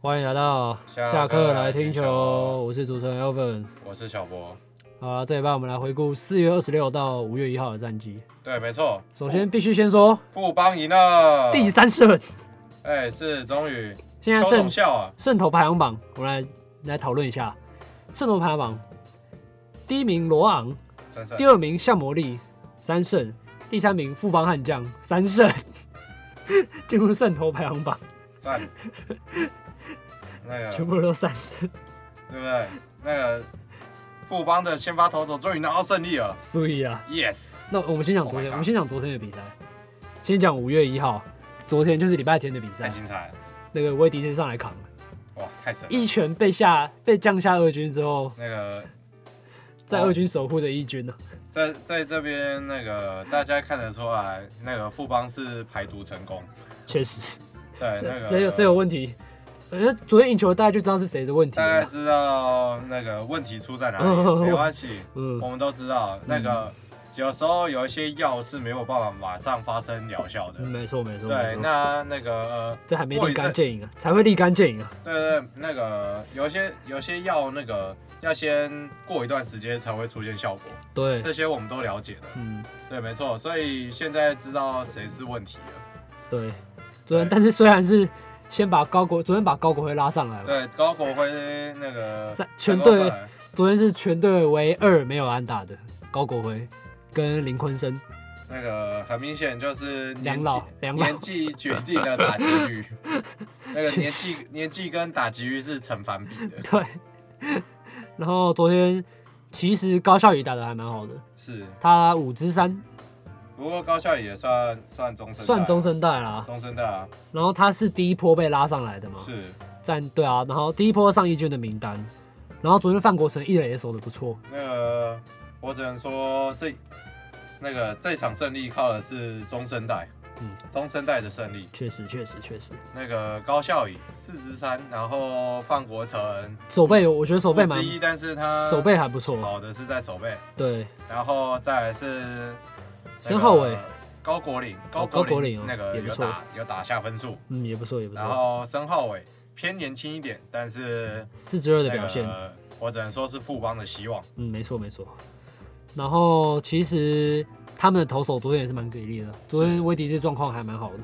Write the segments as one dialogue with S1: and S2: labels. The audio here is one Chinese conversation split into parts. S1: 欢迎来到
S2: 下
S1: 课
S2: 课
S1: 来
S2: 来
S1: 听
S2: 听
S1: 球，
S2: 球
S1: 我是主持人 Elvin。
S2: 我是小博。
S1: 好啦，这一半我们来回顾四月二十六到五月一号的战绩。
S2: 对，没错，
S1: 首先必须先说
S2: 富邦赢了。
S1: 第三胜，
S2: 哎、是终于
S1: 现在
S2: 邱
S1: 胜
S2: 总笑啊，
S1: 胜投排行榜，我们来来讨论一下胜投排行榜。第一名罗昂，
S2: 三胜
S1: 第。二名向魔力三胜，第三名富邦悍将三胜， 进入胜投排行榜，
S2: 赞。那个
S1: 全部都三胜，
S2: 对不对？那个富邦的先发投手终于拿到胜利了
S1: 所以啊。
S2: ，yes。
S1: 那我们先讲
S2: Oh my
S1: 昨天，
S2: God
S1: 我们先讲昨天的比赛，先讲五月一号，昨天就是礼拜天的比
S2: 太
S1: 赛，
S2: 精彩了，
S1: 那个威迪斯上来扛，
S2: 哇，太神了。
S1: 一拳被下被降下二军之后，
S2: 那个
S1: 在
S2: 哦
S1: 二军守护着一军呢、啊
S2: 在在这边那个大家看得出来，那个富邦是排毒成功。
S1: 确实，
S2: 对，那个
S1: 谁有谁有问题？反正昨天赢球，大家就知道是谁的问题
S2: 大概
S1: 了。
S2: 知道那个问题出在 哪里，没关系，
S1: 嗯
S2: 我们都知道那个有时候有一些药是没有办法马上发生疗效的
S1: 嗯，。没错没错没
S2: 对，
S1: 错，
S2: 那那个
S1: 这还没立竿见影啊，才会立竿见影啊。
S2: 呃，对对，那个有一些有一些药那个要先过一段时间才会出现效果，
S1: 对，
S2: 这些我们都了解的。
S1: 嗯，
S2: 对，没错，所以现在知道谁是问题了。
S1: 对，昨天
S2: 对
S1: 但是虽然是先把高国，昨天把高国辉拉上来了，
S2: 对，高国辉那个
S1: 嗯三
S2: 成
S1: 全
S2: 功
S1: 队
S2: 上来
S1: 昨天是全队唯二没有安打的高国辉跟林坤生。
S2: 那个很明显就是年
S1: 两
S2: 纪
S1: 老两老
S2: 年纪决定了打击 率，那个
S1: 确
S2: 年
S1: 实
S2: 纪年纪跟打击率是成反比的，
S1: 对，然后昨天其实高孝宇打的还蛮好的，
S2: 是。
S1: 他五支三
S2: 不过高校也算算中生代，啊
S1: 算中生代啦。
S2: 中生代啊，
S1: 然后他是第一波被拉上来的嘛，
S2: 是
S1: 占对啊。然后第一波上一军的名单，然后昨天范国成一垒也守的不错，
S2: 那个我只能说这那个这场胜利靠的是中生代，
S1: 嗯
S2: 嗯，中生代的胜利。
S1: 确实确实确实，
S2: 那个高校以四十三，然后范国成
S1: 手背我觉得手背
S2: 五
S1: 蛮
S2: 十一，但是他
S1: 手背还不错，
S2: 好的是在手背，
S1: 对，
S2: 然后再来是
S1: 申浩伟，
S2: 高国岭，
S1: 哦
S2: 高
S1: 高国
S2: 国
S1: 岭
S2: 岭
S1: 哦
S2: 那个
S1: 也不
S2: 有
S1: 错
S2: 打有打下分数，
S1: 嗯也不错也不
S2: 然
S1: 错，
S2: 后申浩伟偏年轻一点，但是
S1: 四支二的
S2: 那
S1: 表现，
S2: 个我只能说是富邦的希望，
S1: 嗯没错没错。然后其实他们的投手昨天也是蛮给力的，昨天威迪斯状况还蛮好的，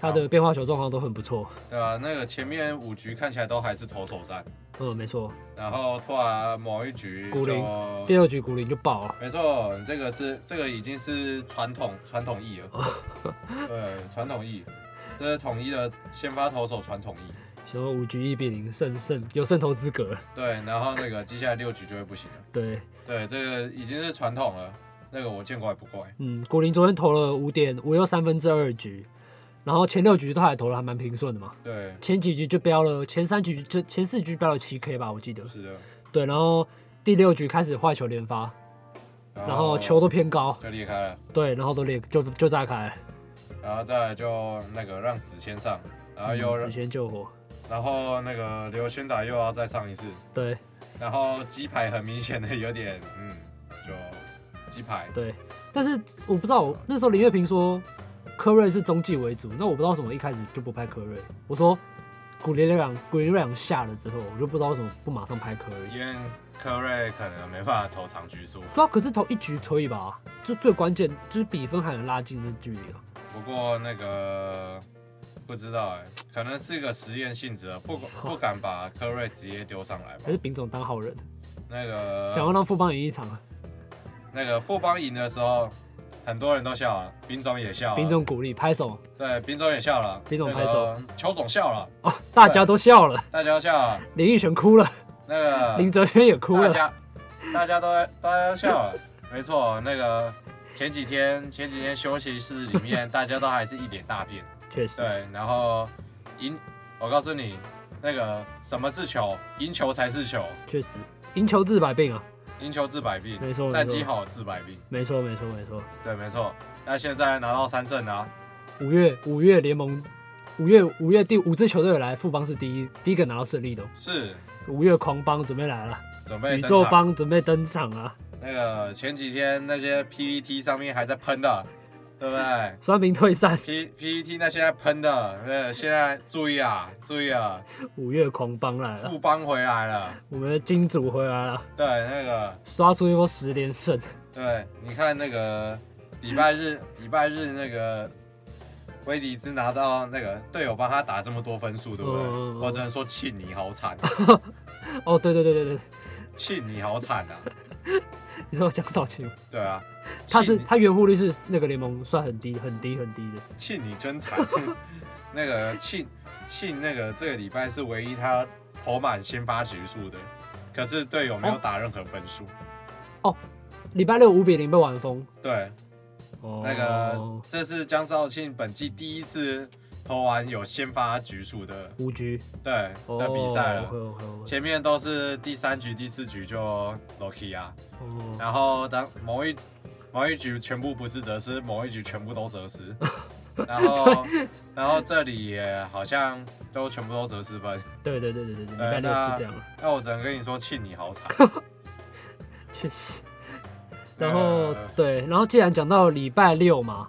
S1: 他的变化球状况都很不错。
S2: 对吧、那个前面五局看起来都还是投手战，
S1: 嗯，没错，
S2: 然后突然某一局
S1: 古
S2: 就
S1: 林第二局古林就爆了。
S2: 没错，这个是这个已经是传统传统意了，
S1: 哦
S2: 对，传统意，这是统一的先发投手传统意。
S1: 想说五局一比零胜胜有胜投资格了，
S2: 对，然后那个接下来六局就会不行了。
S1: 对，
S2: 对，这个已经是传统了，那个我见怪不怪。
S1: 嗯，古林昨天投了五点五又三分之二局，然后前六局他还投的还蛮平顺的嘛，
S2: 对，
S1: 前几局就飙了，前三局就前四局飙了七 K 吧，我记得，
S2: 是的。
S1: 对，然后第六局开始坏球连发，然
S2: 哦
S1: 后球都偏高，
S2: 就裂开了，
S1: 对，然后都裂就就炸开了，
S2: 然后再来就那个让子谦上，然后又、
S1: 嗯，先救火，
S2: 然后那个刘轩达又要再上一次，
S1: 对
S2: 然后鸡排很明显的有点嗯，就鸡排
S1: 对，但是我不知道，那时候林月平说科瑞是中继为主，那我不知道为什么一开始就不拍科瑞，我说古林瑞朗古林瑞朗下了之后，我就不知道为什么不马上拍科瑞。
S2: 因为科瑞可能没办法投长局数，
S1: 对啊，可是投一局可以吧？就最关键就是比分还能拉近的距离啊。
S2: 不过那个不知道哎、可能是个实验性质的，不不敢把科瑞直接丢上来吧
S1: 还。是丙总当好人，
S2: 那个
S1: 想要让富邦赢一场啊。
S2: 那个富邦赢的时候，很多人都笑啊了，丙总也笑了，
S1: 丙总鼓励拍手，
S2: 对，丙总也笑了，
S1: 丙总拍手，
S2: 邱总笑了，
S1: 哦，大家都笑了，
S2: 大家都笑了，
S1: 林奕璇哭了，
S2: 那 个
S1: 林哲轩也哭
S2: 啊大
S1: 了。
S2: 家大家都在大家都笑了，没错，那个前几天前几天休息室里面，大家都还是一脸大便，
S1: 确 实，
S2: 对，然后赢，我告诉你，那个什么是球，赢球才是球，
S1: 确实，赢球治百病啊。
S2: 赢球治百病，
S1: 没错没错
S2: 战绩好治百病，
S1: 没错，没错，没错。
S2: 对，没错，那现在拿到三胜了、啊。
S1: 五月五月联盟，五月五月第五支球队来，富邦是第一第一个拿到胜利的哦。
S2: 是
S1: 五月狂帮准备来了，
S2: 准备
S1: 宇
S2: 登
S1: 宙
S2: 场
S1: 帮准备登场啊。
S2: E 那个前几天那些 PPT 上面还在喷的，对不对
S1: 酸民退散，
S2: ？P PPT 那现在喷的，对，现在注意啊，注意啊，
S1: 五月狂帮来了，
S2: 富邦回来了，
S1: 我们的金主回来了，
S2: 对，那个，
S1: 刷出一波十连胜，
S2: 对，你看那个礼拜日，礼拜日那个威迪兹拿到那个队友帮他打这么多分数，对不对？
S1: 嗯
S2: 我只能说气你 好惨，
S1: 哦，对对对对对，
S2: 气你好惨啊，
S1: 你说讲少奇吗？
S2: 对啊，
S1: 他
S2: 气
S1: 是
S2: 你
S1: 他圆弧率是那个联盟算很低很低很低的，
S2: 庆你真惨， 那个庆庆那个这个礼拜是唯一他投满先发局数的，可是队友没
S1: 哦
S2: 有打任何分数。
S1: 礼拜六五比零被完封，
S2: 对，
S1: 哦，
S2: 那个这是江少庆本季第一次投完有先发局数的
S1: 五局
S2: 对
S1: 哦
S2: 的比赛了。
S1: ，OK OK OK，
S2: 前面都是第三局、第四局就 lucky 啊，
S1: 哦，
S2: 然后当某一某一局全部不是哲思，某一局全部都 哲思，然后然后这里也好像都全部都哲思分。
S1: 对对对对对对，礼
S2: 呃
S1: 拜六
S2: 那
S1: 是这样了，
S2: 那我只能跟你说，庆你好惨。
S1: 确实。 然后
S2: 呃
S1: 对，然后既然讲到礼拜六嘛，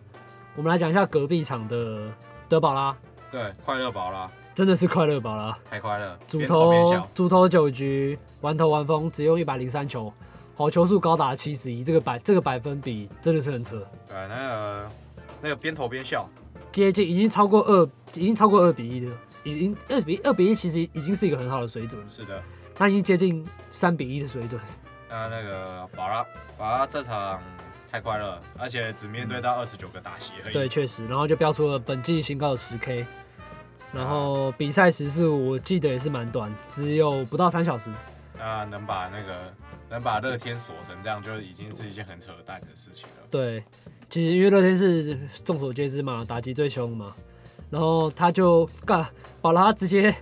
S1: 我们来讲一下隔壁场的德保拉，
S2: 对，快乐宝啦，
S1: 真的是快乐宝拉，
S2: 太快乐，
S1: 主
S2: 边投边
S1: 投
S2: 笑，
S1: 主投九局，完投完封，只用一百零三球，好球数高达七十一，这个百这个百分比真的是很扯，
S2: 对，那个那个边投边笑，
S1: 接近已经超过二，已经超过二比一了，已经二比二比一其实已经是一个很好的水准了，
S2: 是的。
S1: 它已经接近三比一的水准，
S2: 那那个宝拉，宝拉这场太快乐，而且只面对到二十九个打席而
S1: 嗯
S2: 已。
S1: 对，确实，然后就标出了本季新高的十 K。然后
S2: 啊
S1: 比赛时速我记得也是蛮短，只有不到三小时，
S2: 那能把那个能把乐天锁成这样，就已经是一件很扯淡的事情了。
S1: 对，其实因为乐天是众所皆知嘛，打击最凶嘛，然后他就干，保拉直接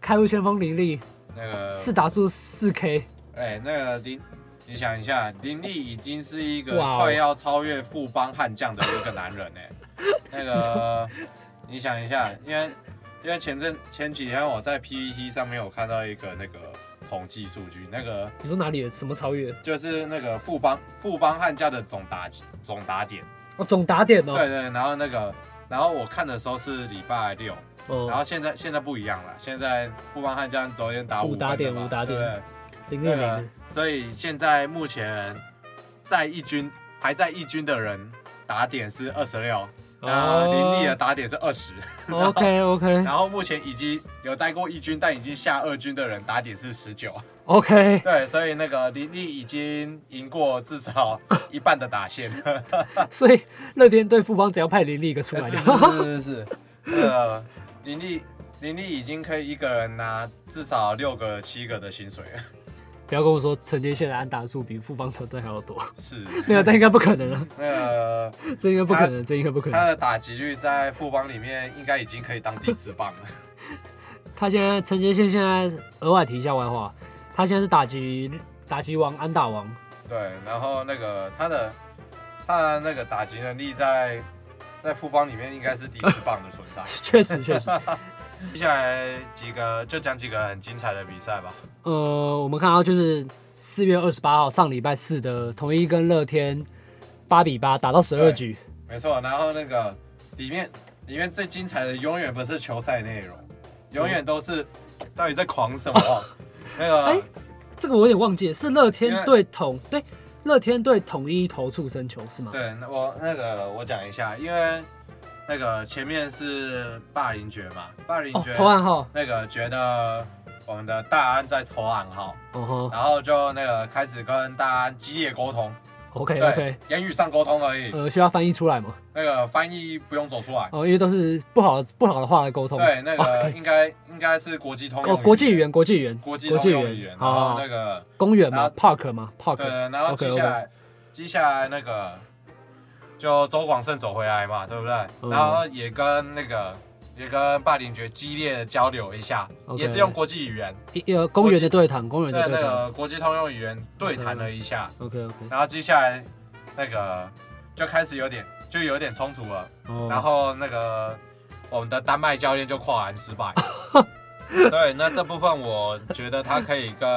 S1: 开路前锋林立，
S2: 那个
S1: 四打出四 K，
S2: 哎、那个林，你想一下，林立已经是一个
S1: 哇哦
S2: 快要超越富邦悍将的一个男人 哎、那个，你想一下，因为因为前阵前几天我在 PPT 上面有看到一个那个统计数据，那个
S1: 你说哪里有什么超越？
S2: 就是那个富邦富邦悍将的总打总打点，
S1: 哦，总打点
S2: 对
S1: 哦，
S2: 对，然后那个。然后我看的时候是礼拜六，然
S1: 哦，
S2: 后现在现在不一样了，现在富邦悍将昨天打
S1: 五
S2: 五
S1: 打
S2: 分的
S1: 点
S2: 嘛
S1: 五打
S2: 对不
S1: 点
S2: 对啊
S1: 林立
S2: 那
S1: 零
S2: 个，，所以现在目前在一军还在一军的人打点是二十
S1: 哦
S2: 六，那林立的打点是二十，
S1: OK OK
S2: 然后目前已经有待过一军但已经下二军的人打点是十九，
S1: OK，
S2: 对，所以那个林立已经赢过至少一半的打线，
S1: 所以乐天对富邦只要派林立一个出
S2: 是
S1: 来
S2: 哎是
S1: 就是
S2: 是是是，呃，林立林立已经可以一个人拿至少六个七个的薪水了，
S1: 不要跟我说陈杰宪的安打数比富邦球队还要多，
S2: 是
S1: 没有，但应该不可能啊，
S2: 那个。
S1: 这应该不可能，这应该不可能
S2: 他。的打击率在富邦里面应该已经可以当第四棒了。
S1: 他现在陈杰宪现在额外提一下外话，他现在是打击打击王安打王，。
S2: 对，然后那个他的他的那个打击能力在在富邦里面应该是第四棒的存在
S1: 确实 确实。
S2: 接下来几个就讲几个很精彩的比赛吧。
S1: 呃，我们看到就是四月二十八号上礼拜四的统一跟乐天八比八打到十二
S2: 对
S1: 局，
S2: 没错，然后那个里面里面最精彩的永远不是球赛内容，永远都是到底在狂什么。那
S1: 哎
S2: 个
S1: 这个我有点忘记了，是乐
S2: 因
S1: 天
S2: 为
S1: 对统对乐天对统一投出生球是吗？
S2: 对，那我那个我讲一下，因为那个前面是霸凌爵嘛，霸凌
S1: 哦
S2: 爵、，
S1: 投暗号，
S2: 那个觉得我们的大安在投暗号，
S1: 哦
S2: 然后就那个开始跟大安激烈沟通，
S1: 吼，OK
S2: 对
S1: OK，
S2: 言语上沟通而已，
S1: 呃，需要翻译出来嘛？
S2: 那个翻译不用走出来。
S1: 哦，因为都是不好不好的话来沟通，
S2: 对，那个
S1: 哦 OK
S2: 应该应该是国际通
S1: 哦，
S2: 用
S1: 国际语言国际语言
S2: 国际
S1: 国
S2: 通
S1: 际
S2: 用语
S1: 语
S2: 言
S1: 言，，
S2: 然
S1: 好好
S2: 后
S1: 好
S2: 那个
S1: 公园嘛
S2: 然后
S1: ，park 嘛
S2: 对，
S1: ，park，
S2: 然后接
S1: OK，OK
S2: 下来接下来那个就周广胜走回来嘛，对不
S1: 嗯
S2: 对？然后也跟那个也跟霸凌爵激烈的交流一下，
S1: OK
S2: 也是用国际语言，
S1: 一呃公园的对谈，公园
S2: 对
S1: 的
S2: 那
S1: 对嗯谈
S2: 个国际通用语言对谈了一下。
S1: ，OK OK，
S2: 然后接下来那个就开始有点就有点冲突了，
S1: 哦，
S2: 然后那个我们的丹麦教练就跨栏失 败。对，那这部分我觉得他可以跟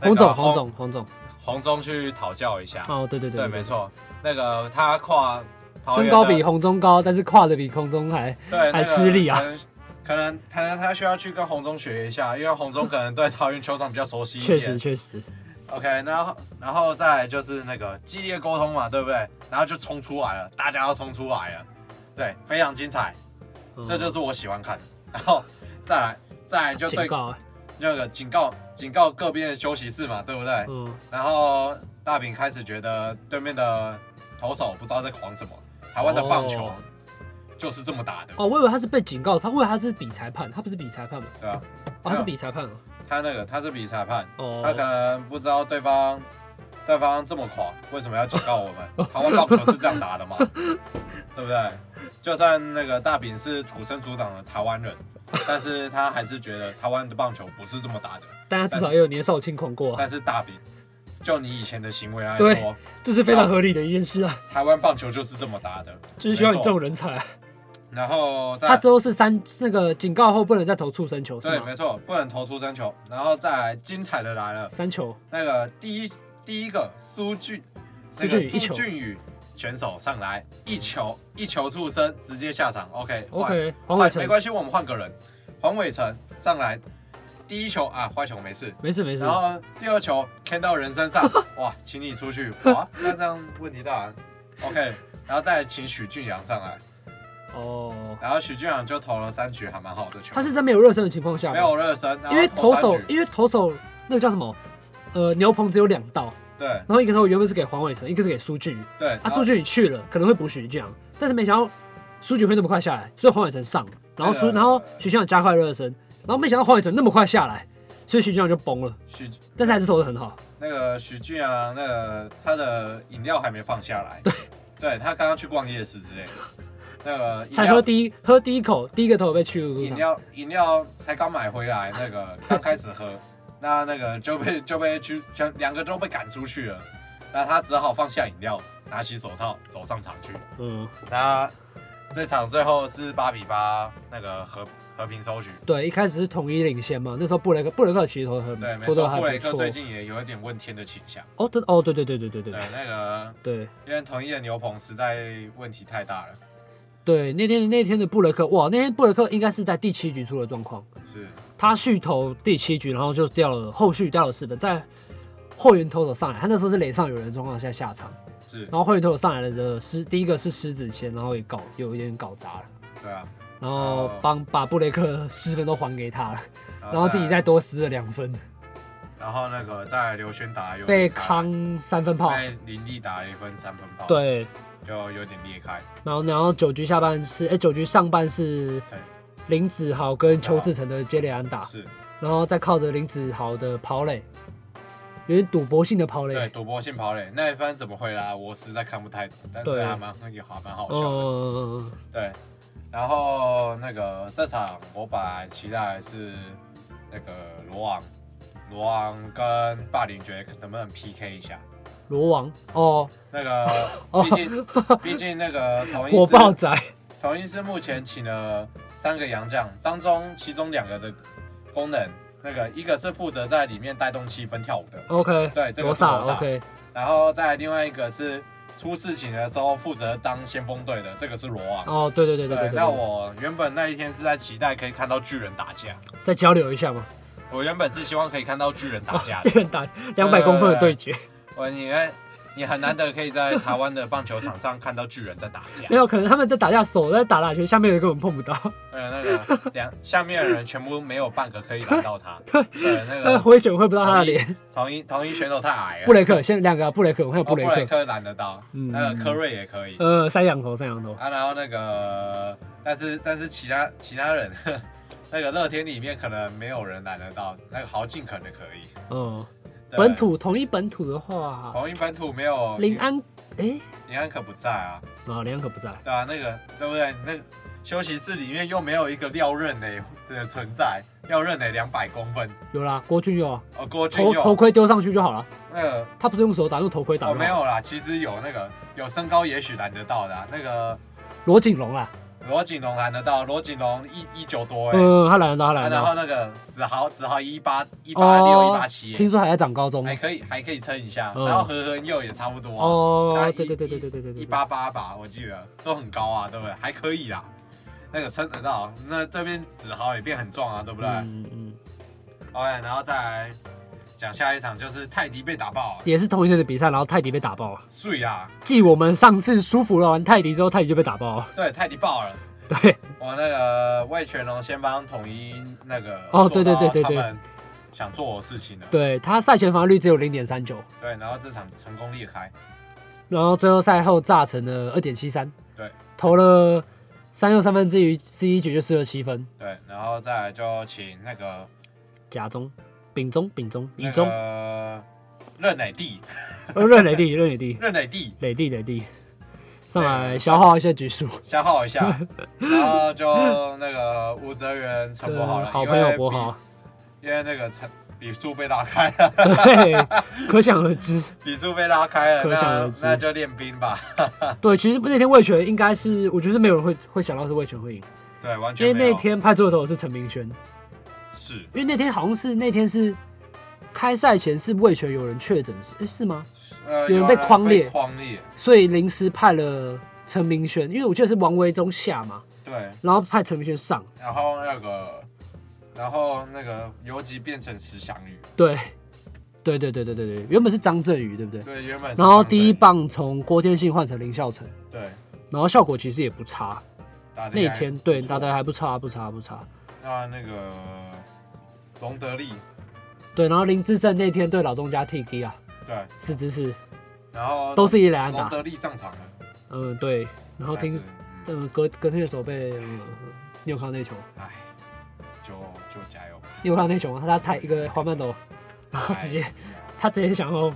S2: 那
S1: 洪
S2: 个
S1: 总洪总洪总，
S2: 洪总去讨教一下。
S1: 哦，对对
S2: 对，
S1: 对
S2: 没错，那个他跨桃园
S1: 身
S2: 的
S1: 高比红中高，但是跨的比空中还
S2: 对那个
S1: 还吃力啊
S2: 可能可能可能他需要去跟红中学一下，因为红中可能对桃园球场比较熟悉一 点。
S1: 确实确实
S2: OK，然后然后再来就是那个激烈沟通嘛，对不对？然后就冲出来了，大家都冲出来了，对，非常精彩，
S1: 嗯
S2: 这就是我喜欢看的。然后再来再来就
S1: 警
S2: 对
S1: 告啊，
S2: 那个警告警告各边的休息室嘛，对不对？
S1: 嗯，
S2: 然后大饼开始觉得对面的投手不知道在狂什么，台湾的棒球
S1: 哦
S2: 就是这么打的，
S1: 哦，我以为他是被警告，他我以为他是比裁判，他不是比裁判吗？
S2: 对啊，
S1: 哦，他是比裁判哦
S2: 他那个他是比裁判，他可
S1: 哦，
S2: 能不知道对方对方这么狂，为什么要警告我 们？台湾棒球是这样打的嘛，对不对？就算那个大饼是土生土长的台湾人， 但是他还是觉得台湾的棒球不是这么打的。
S1: 但他至少也有年少轻狂过啊，
S2: 但是大饼，就你以前的行为来
S1: 对
S2: 说，
S1: 这是非常合理的一件事啊，
S2: 台湾棒球就是这么打的。
S1: 就是需要你这种人才啊。
S2: 然后再
S1: 他之后是三那个警告后不能再投畜生球是
S2: 对，
S1: 吗？
S2: 没错，不能投出三球。然后再来精彩的来了，
S1: 三球，
S2: 那个第一第一个苏俊，
S1: 苏俊宇
S2: 那个
S1: 一球
S2: 苏俊宇选手上来一球一球出生，直接下场。OK 换
S1: OK，黄
S2: 换
S1: 伟成
S2: 没，关系，我们换个人，黄伟成上来第一球啊，坏球没事。
S1: 没事没事
S2: 然，后第二球 can 到人身 上，哇，请你出去，哇，那这样问题大了。OK，然后再来请许俊阳上来，
S1: 哦，
S2: 然后许俊阳就投了三局，还蛮好的球，
S1: 他是在没有热身的情况下吗，
S2: 没有热身，然后
S1: 因为投
S2: 投
S1: 手
S2: 三局，
S1: 因为投手那个叫什么，呃，牛棚只有两道，
S2: 对
S1: 然后一个投原本是给黄伟成，一个是给苏俊宇，
S2: 对，
S1: 啊，
S2: 然后
S1: 苏俊宇去了，可能会补许这样，但是没想到苏俊宇会那么快下来，所以黄伟成上了，然后苏
S2: 对啊
S1: 然后许俊阳加快热身，然后没想到黄伟成那么快下来，所以许俊阳就崩了，
S2: 许
S1: 但是还是投的很好，
S2: 那个许俊啊，那个他的饮料还没放下来，对，他刚刚去逛夜市之类的，那个饮
S1: 才喝
S2: 料
S1: 第一喝第一口，第一个投被驱逐出
S2: 饮
S1: 场，
S2: 料饮料才刚买回来，那个刚开始喝，那那个就被就被去全两个都被赶出去了，那他只好放下饮料，拿起手套走上场去。
S1: 嗯，
S2: 那这场最后是八比八，那个和和平收局。
S1: 对，一开始是统一领先嘛，那时候布雷克布雷克其实投的很
S2: 对，没
S1: 投
S2: 错
S1: 的，还
S2: 布雷
S1: 不
S2: 克
S1: 错
S2: 最，近也有一点问天的倾向。
S1: 哦对哦对对对对对
S2: 对
S1: 对，
S2: 那个
S1: 对。
S2: 因为同一的牛棚实在问题太大了，
S1: 对，那天那天的布雷克，哇，那天布雷克应该是在第七局出了状况，
S2: 是。
S1: 他续投第七局，然后就掉了，后续掉了四分，在后援投手上来，他那时候是脸上有人的状况下下场，
S2: 是
S1: 然，后后援投手上来了的狮，第一个是狮子谦，然后也搞有一点搞砸了，
S2: 对啊，
S1: 然后帮把布雷克失分都还给他了，然后自己
S2: 再
S1: 再，多失了两分，
S2: 然后那个在刘轩达有
S1: 被
S2: 点开
S1: 康三分炮，
S2: 被林立打了一分三分炮，，
S1: 对，
S2: 就有点裂开，
S1: 然后然后九局下半是，哎，九局上半是
S2: 对
S1: 林子豪跟邱志成的接连安打，
S2: 是
S1: 然后再靠着林子豪的跑垒，有点赌博性的跑
S2: 对
S1: 垒，
S2: 赌博性跑垒那一分怎么会啦？我实在看不太懂，但是
S1: 对
S2: 还蛮也还蛮好笑的，
S1: 嗯，
S2: 对。然后那个这场我本来期待是那个罗昂，罗昂跟霸凌爵能不能 PK 一下？
S1: 罗王哦，
S2: 那个
S1: 哦
S2: 毕竟毕竟那个同一
S1: 火
S2: 次
S1: 爆仔，
S2: 统一是目前请了三个洋将，当中其中两个的功能，那个一个是负责在里面带动气氛跳舞的，
S1: OK，
S2: 对，这
S1: 罗
S2: 个是罗
S1: 萨
S2: 萨。
S1: OK，
S2: 然后再来另外一个是出事情的时候负责当先锋队的，这个是罗昂。
S1: 哦，对对对对对对，
S2: 那我原本那一天是在期待可以看到巨人打架，
S1: 再交流一下嘛，
S2: 我原本是希望可以看到巨人打架
S1: 这
S2: 的。
S1: 人 打两百公分的对决，
S2: 我你看，你很难得可以在台湾的棒球场上看到巨人在打架
S1: 没。有可能他们在打架，手在打打拳，下面有一个人碰不到，
S2: 呃，那个两下面的人全部没有半个可以拦到他。对，那
S1: 但
S2: 个
S1: 挥拳挥不到他的脸。
S2: 同一同一选手太矮了，
S1: 布雷克，现在两个啊布雷克，我看有
S2: 哦布
S1: 布雷
S2: 雷
S1: 克，
S2: 克拦得到，
S1: 嗯
S2: 那个科瑞也可以
S1: 呃，三羊头，三羊头，
S2: 啊。然后那个，但是但是其他其他人， 呵呵那个乐天里面可能没有人拦得到，那个豪进可能可以。
S1: 嗯，
S2: 对哦
S1: 本土同一本土的话，
S2: 同一本土没有
S1: 林安，哎，
S2: 林安可不在啊，
S1: 啊，林安可不在，
S2: 对啊，那个对不对？那休息室里面又没有一个廖任磊的存在，廖任磊两百公分，
S1: 有啦，郭俊佑啊，
S2: 哦，郭俊
S1: 头头
S2: 佑
S1: 盔丢上去就好了。
S2: 那个。
S1: 他不是用手打，用头盔打。
S2: 哦，没。有啦，其实有那个有身高也许拦得到的啊、那个
S1: 罗景龙啊，
S2: 罗锦龙拦得到，罗锦龙一一九多哎、
S1: 呃，他来了，他来
S2: 啊然
S1: 了。
S2: 后那个子豪，子豪一八一八六一八
S1: 哦听
S2: 七，哎
S1: 说还在长高中啊
S2: 还可以还可以撑一下，
S1: 嗯
S2: 然后何恒佑也差不多、啊，
S1: 哦
S2: 大概，
S1: 对
S2: 一
S1: 对对对对对对
S2: 一
S1: 对，
S2: 八八吧，我记得都很高啊，对不对？还可以啦，那个撑得到，那这边子豪也变很壮啊，对不对、
S1: 嗯嗯，
S2: o k 然后再来讲下一场就是泰迪被打爆、啊，
S1: 也是同一队的比赛，然后泰迪被打爆。
S2: 碎啊，
S1: 继我们上次舒服了完泰迪之后，泰迪就被打爆了。
S2: 对，泰迪爆了。
S1: 对，
S2: 我哦那个魏全龙先帮统一那个
S1: 哦
S2: 做
S1: 对对
S2: 到
S1: 对对
S2: 他
S1: 对
S2: 们想做的事情了，
S1: 对他赛前防御率只有零点三九，
S2: 对，然后这场成功裂开，
S1: 然后最后赛后炸成了二点七三，
S2: 对，
S1: 投了三又三分之一之一局就失了七分，
S2: 对，然后再来就请那个
S1: 甲中、丙中、丙中、乙
S2: 那
S1: 中，
S2: 个任磊弟，
S1: 呃，任磊地、任磊地、
S2: 任磊弟
S1: 磊地、磊地，上来消耗一些局数。
S2: 消耗 一下，然后就那个吴泽源、陈柏豪
S1: 呃
S2: 了，
S1: 好
S2: 因
S1: 朋
S2: 为
S1: 友
S2: 比
S1: 博豪，，
S2: 因为那个陈比数被拉开了，
S1: 对，可想而 知。
S2: 比数被拉开了，
S1: 可想而
S2: 那
S1: 知
S2: 那就练兵吧，
S1: 对，其实那天魏权应该是，我觉得是没有人会会想到是魏权会赢，
S2: 对，完
S1: 因为
S2: 全没有
S1: 那天派出的头是陈明轩，
S2: 是
S1: 因为那天好像是那天是开赛前是魏权有人确诊，是、诶是吗？
S2: 呃
S1: 有人被框裂
S2: 框裂，
S1: 所以临时派了陈明轩，因为我记得是王维忠下嘛，
S2: 对，
S1: 然后派陈明轩上，
S2: 然后那个，然后那个游击变成石翔宇，
S1: 对，对对对对对对，原本是张振宇对不对？
S2: 对，原本是
S1: 然后
S2: 张振宇
S1: 第一棒从郭天信换成林孝成，
S2: 对
S1: 然后效果其实也不差，
S2: 打得
S1: 那一
S2: 还
S1: 天对
S2: 不错
S1: 打的还不差不差不差，
S2: 那那个龙德利
S1: 对，然后林志胜那天对老东家 T K 啊，
S2: 对，
S1: 是只是
S2: 然后
S1: 都是一垒安
S2: 龙
S1: 打，
S2: 德利上场了，
S1: 嗯对，然后听
S2: 但是嗯
S1: 嗯隔隔天的时候被嗯纽康那球。
S2: 唉，就就加油吧，
S1: 因为他那球，他抬一个滑板斗，然后直接
S2: 唉
S1: 他直接想要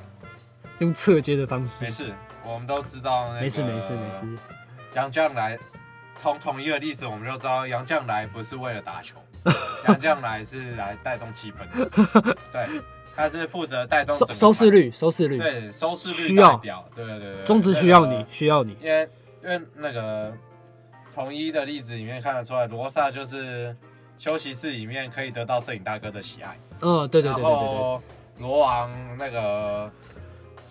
S1: 用侧接的方
S2: 没
S1: 式，
S2: 事，我们都知道那个
S1: 没事没事没事，
S2: 杨绛来，从同一个例子我们就知道，杨绛来不是为了 打球，杨绛来是来带动气氛的，对，他是负责带动
S1: 收
S2: 整个
S1: 收视
S2: 场
S1: 率收视率，
S2: 对收视
S1: 需
S2: 率代
S1: 要
S2: 表，对对对对，
S1: 中职需要你需要你，
S2: 那个，因为因为那个统一的例子里面看得出来，罗萨就是休息室里面可以得到摄影大哥的喜爱，
S1: 嗯对对对对
S2: 然
S1: 对对，
S2: 后罗王那个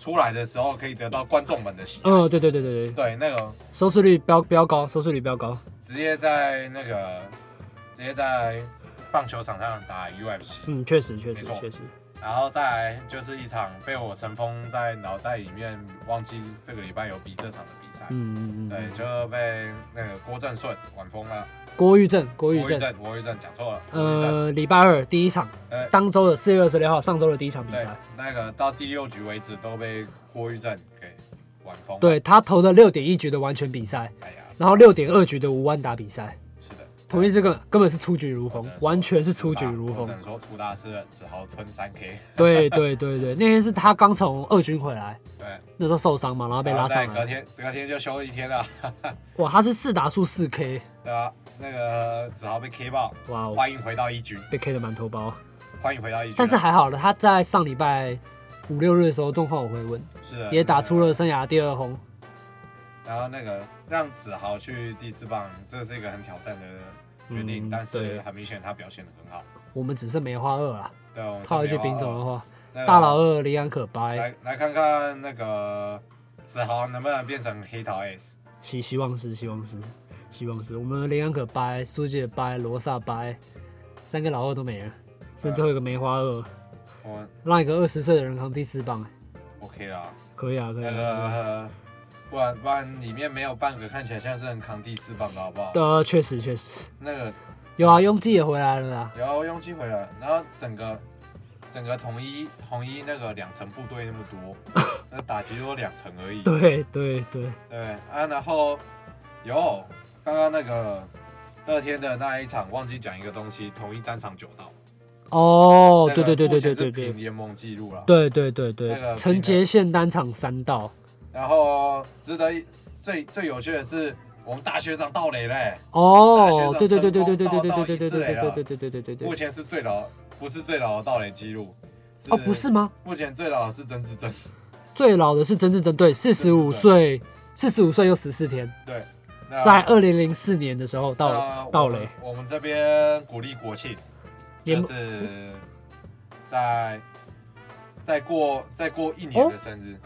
S2: 出来的时候可以得到观众们的喜爱，
S1: 嗯对对对对对，
S2: 对，那个
S1: 收视率标标高，收视率标高，
S2: 直接在那个直接在棒球场上打 UFC，
S1: 嗯确实确实
S2: 没错
S1: 确实，
S2: 然后再来就是一场被我尘封在脑袋里面，忘记这个礼拜有比这场的比赛。
S1: 嗯嗯嗯
S2: 对，
S1: 嗯，
S2: 就被那个郭正顺晚风了，
S1: 郭玉正郭
S2: 郭
S1: 玉
S2: 玉
S1: 正，
S2: 正，郭玉正讲错了，郭玉正，
S1: 呃礼拜二第一场
S2: 哎，
S1: 当周的四月二十六号，上周的第一场比
S2: 对
S1: 赛，，
S2: 那个到第六局为止都被郭玉正给晚风，，
S1: 对他投了六点一局的完全比赛，
S2: 哎呀，
S1: 然后六点二局的无安打比赛。
S2: 是的，
S1: 同一这个根本是出局如风
S2: 我只能，说
S1: 完全是出局如
S2: 我
S1: 风
S2: 只。能说出大事了，只好吞三 K，
S1: 对对对对，那天是他刚从二军回来，
S2: 对，
S1: 那时候受伤嘛，然后被
S2: 然
S1: 拉
S2: 后
S1: 上
S2: 再隔
S1: 来。
S2: 天隔天就休一天了，
S1: 哇，他是四打数四 K，
S2: 对啊，那个只好被 K 爆，
S1: 哇哦，
S2: 欢迎回到一军，
S1: 被 K 的满头包。
S2: 欢迎回到一军啊，
S1: 但是还好了，他在上礼拜五六日的时候状况有回温，
S2: 是的
S1: 也打
S2: 了。
S1: 出了生涯第二轰。
S2: 然后那个让子豪去第四棒，这是一个很挑战的决定，
S1: 嗯
S2: 但是
S1: 对
S2: 很明显他表现的很好。
S1: 我们只剩梅花二了，
S2: 对，我们
S1: 套一句
S2: 顺便
S1: 丙种的话，
S2: 那个
S1: 大佬二离岸可掰，
S2: 来来看看那个子豪能不能变成黑桃 S。
S1: 希希望是希望是希望是，我们离岸可掰，苏姐掰，罗萨掰，三个老二都没了，剩最后一个梅花二。
S2: 我
S1: 让一个二十岁的人扛第四棒、哎
S2: OK 啦，
S1: 可以啊，可以
S2: 那
S1: 啊。可以啊
S2: 个不然不然里面没有半个看起来像是能扛第四棒的好不好？
S1: 呃，确实确实
S2: 那个
S1: 有啊，拥挤也回来了啦。
S2: 然后用机回来，然后整个整个统一统一那个两层部队那么 多，那打击多两层而已。
S1: 对对对，
S2: 对啊，然后有刚刚那个乐天的那一场忘记讲一个东西，统一单场九道。
S1: 哦，
S2: 那
S1: 对
S2: 个
S1: 对对对
S2: 目前
S1: 对
S2: 是
S1: 对对
S2: 平联盟记录了。
S1: 对对对
S2: 那个
S1: 对，
S2: 平
S1: 陈杰宪单场三道
S2: 然后值得一最最有趣的是，我们大学长盗垒嘞，
S1: 哦，
S2: 大
S1: 对
S2: 学
S1: 对
S2: 长
S1: 对对对对
S2: 成
S1: 对
S2: 功
S1: 对
S2: 到
S1: 对对对
S2: 到一次垒了
S1: 对对对对对对
S2: 目
S1: 对。
S2: 前是最老，不是最老的盗垒记录。
S1: 哦，不是，吗？
S2: 目前最老的是曾志珍，
S1: 最老的是曾志珍，对，四十五岁，四十五岁又十四天。
S2: 对，那
S1: 在二零零四年的时候
S2: 那
S1: 到
S2: 我
S1: 到
S2: 们
S1: 垒，
S2: 我们这边鼓励国庆，
S1: 联
S2: 就
S1: 盟
S2: 是在再过再过一年的
S1: 哦
S2: 生日，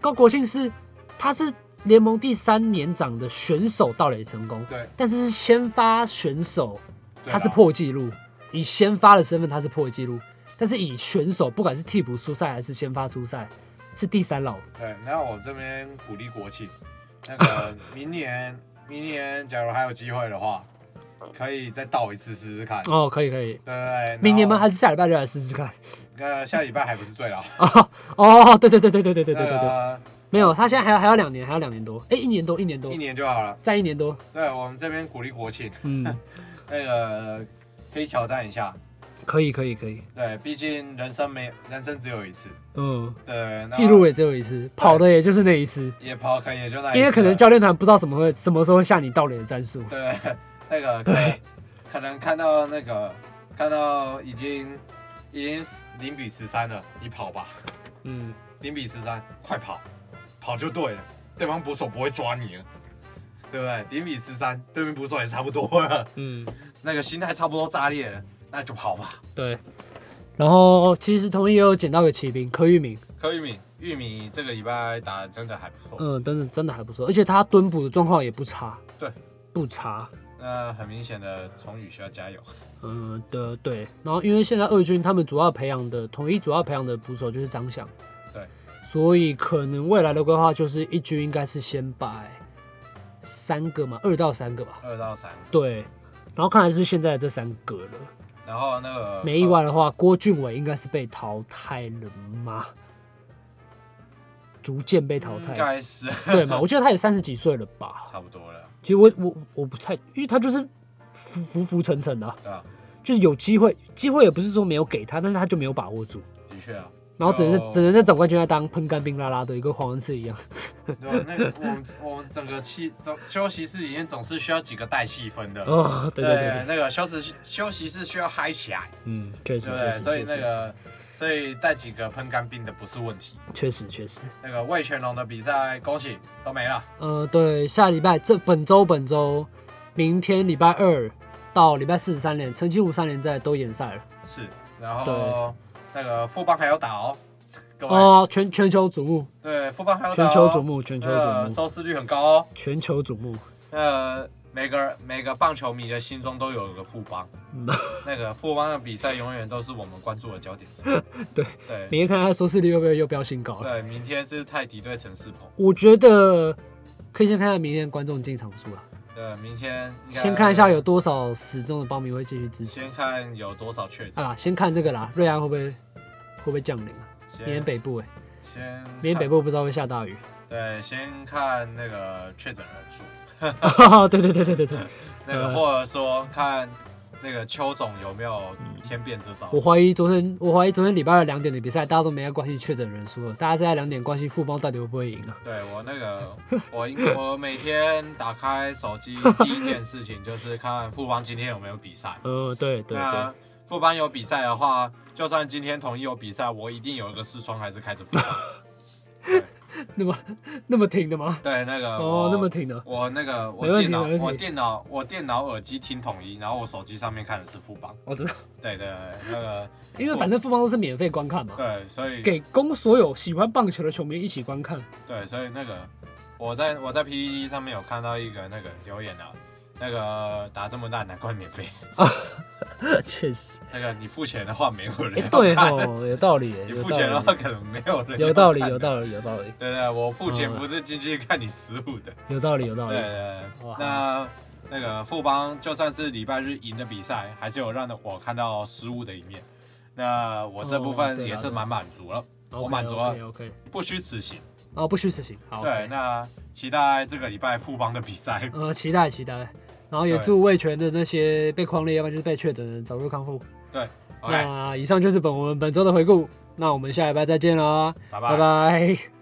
S1: 高国庆是他是联盟第三年长的选手盗垒成功，
S2: 对，
S1: 但是是先发选手，
S2: 对
S1: 他是
S2: 啦
S1: 破纪录，以先发的身份他是破纪录，但是以选手不管是替补出赛还是先发出赛，是第三老。
S2: 对，那我这边鼓励国庆，那 个明年明年假如还有机会的话，可以再倒一次试试看。
S1: 哦，可以可以，
S2: 对对对，
S1: 明年吗？
S2: 然后？
S1: 还是下礼拜就来试试看？
S2: 呃，下礼拜还不是最老？
S1: 哦，对对对对对对对对对啊对，
S2: 对
S1: 没有，他现在还要还要两年，还要两年多，哎，一年多，一年多
S2: 一，年就好了。
S1: 再一年多，
S2: 对我们这边鼓励国庆，
S1: 嗯，
S2: 那个可以挑战一下。
S1: 可以可以可以，
S2: 对，毕竟人生没人生只有一次。
S1: 嗯，
S2: 对，那
S1: 记录也只有一次，跑的也就是那一次，
S2: 也跑可以，也就那一次了。
S1: 因为可能教练团不知道什么会什么时候会下你盗垒的战术。
S2: 对，那个可能可能看到那个看到已经已经零比十三了，你跑吧，
S1: 嗯，
S2: 零比十三，快跑，跑就对了，对方捕手不会抓你了，对不对？零比十三，对面捕手也差不多了，
S1: 嗯，
S2: 那个心态差不多炸裂了，那就跑吧。
S1: 对。然后其实同一也有捡到个骑兵柯玉明，
S2: 柯玉敏，玉米这个礼拜打的真的还不错，
S1: 嗯，真的真的还不错，而且他蹲捕的状况也不差，
S2: 对，
S1: 不差，
S2: 那很明显的崇宇需要加油。
S1: 嗯，对对。然后因为现在二军他们主要培养的统一主要培养的捕手就是张翔，
S2: 对，
S1: 所以可能未来的规划就是一军应该是先摆三个嘛，二到三个吧，
S2: 二到三，
S1: 对。然后看来是现在这三个了。
S2: 然后那个
S1: 没意外的话，郭俊伟应该是被淘汰了吗？逐渐被淘
S2: 应
S1: 汰，
S2: 该是
S1: 对嘛？我记得他也三十几岁了吧？
S2: 差不多了，
S1: 其实我我我不太，因为他就是浮浮浮沉沉的啊、
S2: 对吧、
S1: 就是有机会，机会也不是说没有给他，但是他就没有把握住，
S2: 的确啊。
S1: 然后只能
S2: 哦
S1: 只能在总冠军赛当喷干冰啦啦的一个黄恩赐一样。
S2: 对吧？那个我们我们整个气总休息室里面总是需要几个带气氛的。
S1: 哦，对对对对，
S2: 那个休息休息室需要嗨起来，
S1: 嗯，确
S2: 对
S1: 实
S2: 不
S1: 确
S2: 对？
S1: 实
S2: 所以
S1: 确
S2: 那
S1: 实
S2: 个，所以带几个喷干冰的不是问题。
S1: 确实确实，
S2: 那个魏全龙的比赛，恭喜都没了。
S1: 呃，对，下礼拜这本周本周，明天礼拜二到礼拜四十三连，陈清武三连赛都演赛了。
S2: 是，然后
S1: 对
S2: 那个富邦还要打哦，各位，
S1: 哦，全全球瞩目，
S2: 对，富邦还要打、
S1: 全
S2: 哦，
S1: 球瞩目，全球瞩
S2: 呃，
S1: 目，
S2: 收视率很高哦。
S1: 全球瞩目。
S2: 呃，每个每个棒球迷的心中都有一个富 邦，
S1: 嗯
S2: 那个富邦的比赛永远都是我们关注的焦点之一。
S1: 对
S2: 对，
S1: 明天看他收视率会不会又飙新高了。
S2: 对，明天是泰迪对陈世鹏。
S1: 我觉得可以先看看明天观众进场数了，
S2: 对，明天应该
S1: 先看一下，有多少死忠的帮迷会继续支持
S2: 先看有多少确诊。
S1: 啊。先看这个啦，瑞安会不会会不会降临啊？
S2: 先
S1: 明天北部哎、
S2: 先看
S1: 明天北部不知道会下 大雨。
S2: 对，先看那个确诊人数，
S1: 对对对对对对，
S2: 那个
S1: 呃
S2: 或者说看那个邱总有没有天变这招
S1: 我。怀疑昨天我怀疑昨天礼拜二两点的比赛，大家都没在关心确诊人数了，大家是在两点关心富邦到底会不会赢啊。
S2: 对我那 个，我应我每天打开手机第一件事情就是看富邦今天有没有比赛。
S1: 呃，对 对对
S2: 那，富邦有比赛的话，就算今天统一有比赛，我一定有一个视窗还是开 着富邦。
S1: 那么那么挺的吗？
S2: 对，那个
S1: 哦
S2: 我，
S1: 那么挺的，
S2: 我那个我
S1: 没问题
S2: 电脑
S1: 没问题
S2: 我电脑我电脑耳机听统一，然后我手机上面看的是富邦。
S1: 我知道，
S2: 对对对，那个
S1: 因为反正富邦都是免费观看嘛，
S2: 对，所以
S1: 给供所有喜欢棒球的球迷一起观 看。
S2: 对，所以那个我在我在 PPT 上面有看到一个那个留言啊，那个呃打这么大难怪免费，
S1: 确实，
S2: 那个你付钱的话没有
S1: 哎、
S2: 人要
S1: 对
S2: 看，
S1: 哦，有道理耶，
S2: 你
S1: 有
S2: 付
S1: 道
S2: 钱的
S1: 理
S2: 话。可能没有人
S1: 有道理，
S2: 要看
S1: 有。道理，有道理，
S2: 对对，我付钱
S1: 嗯
S2: 不是进去看你失误的。
S1: 有道理，有道
S2: 对
S1: 理。
S2: 对对
S1: 嗯哇，
S2: 那那个富邦就算是礼拜日赢的比赛，还是有让我看到失误的一面。那我这部
S1: 哦对
S2: 分
S1: 啦
S2: 也是蛮满足了，我
S1: OK，
S2: 满足了，
S1: OK，
S2: 不虚此行。
S1: 哦，不虚此行。好，
S2: 对，
S1: OK，
S2: 那期待这个礼拜富邦的比赛。
S1: 呃，期待期待。然后也
S2: 对
S1: 祝魏权的那些被框列，要不然就是被确诊的人早日康复。
S2: OK，
S1: 嗯那以上就是本我们本周的回顾，那我们下礼拜再见啦，
S2: 拜
S1: 拜
S2: 拜。
S1: 拜。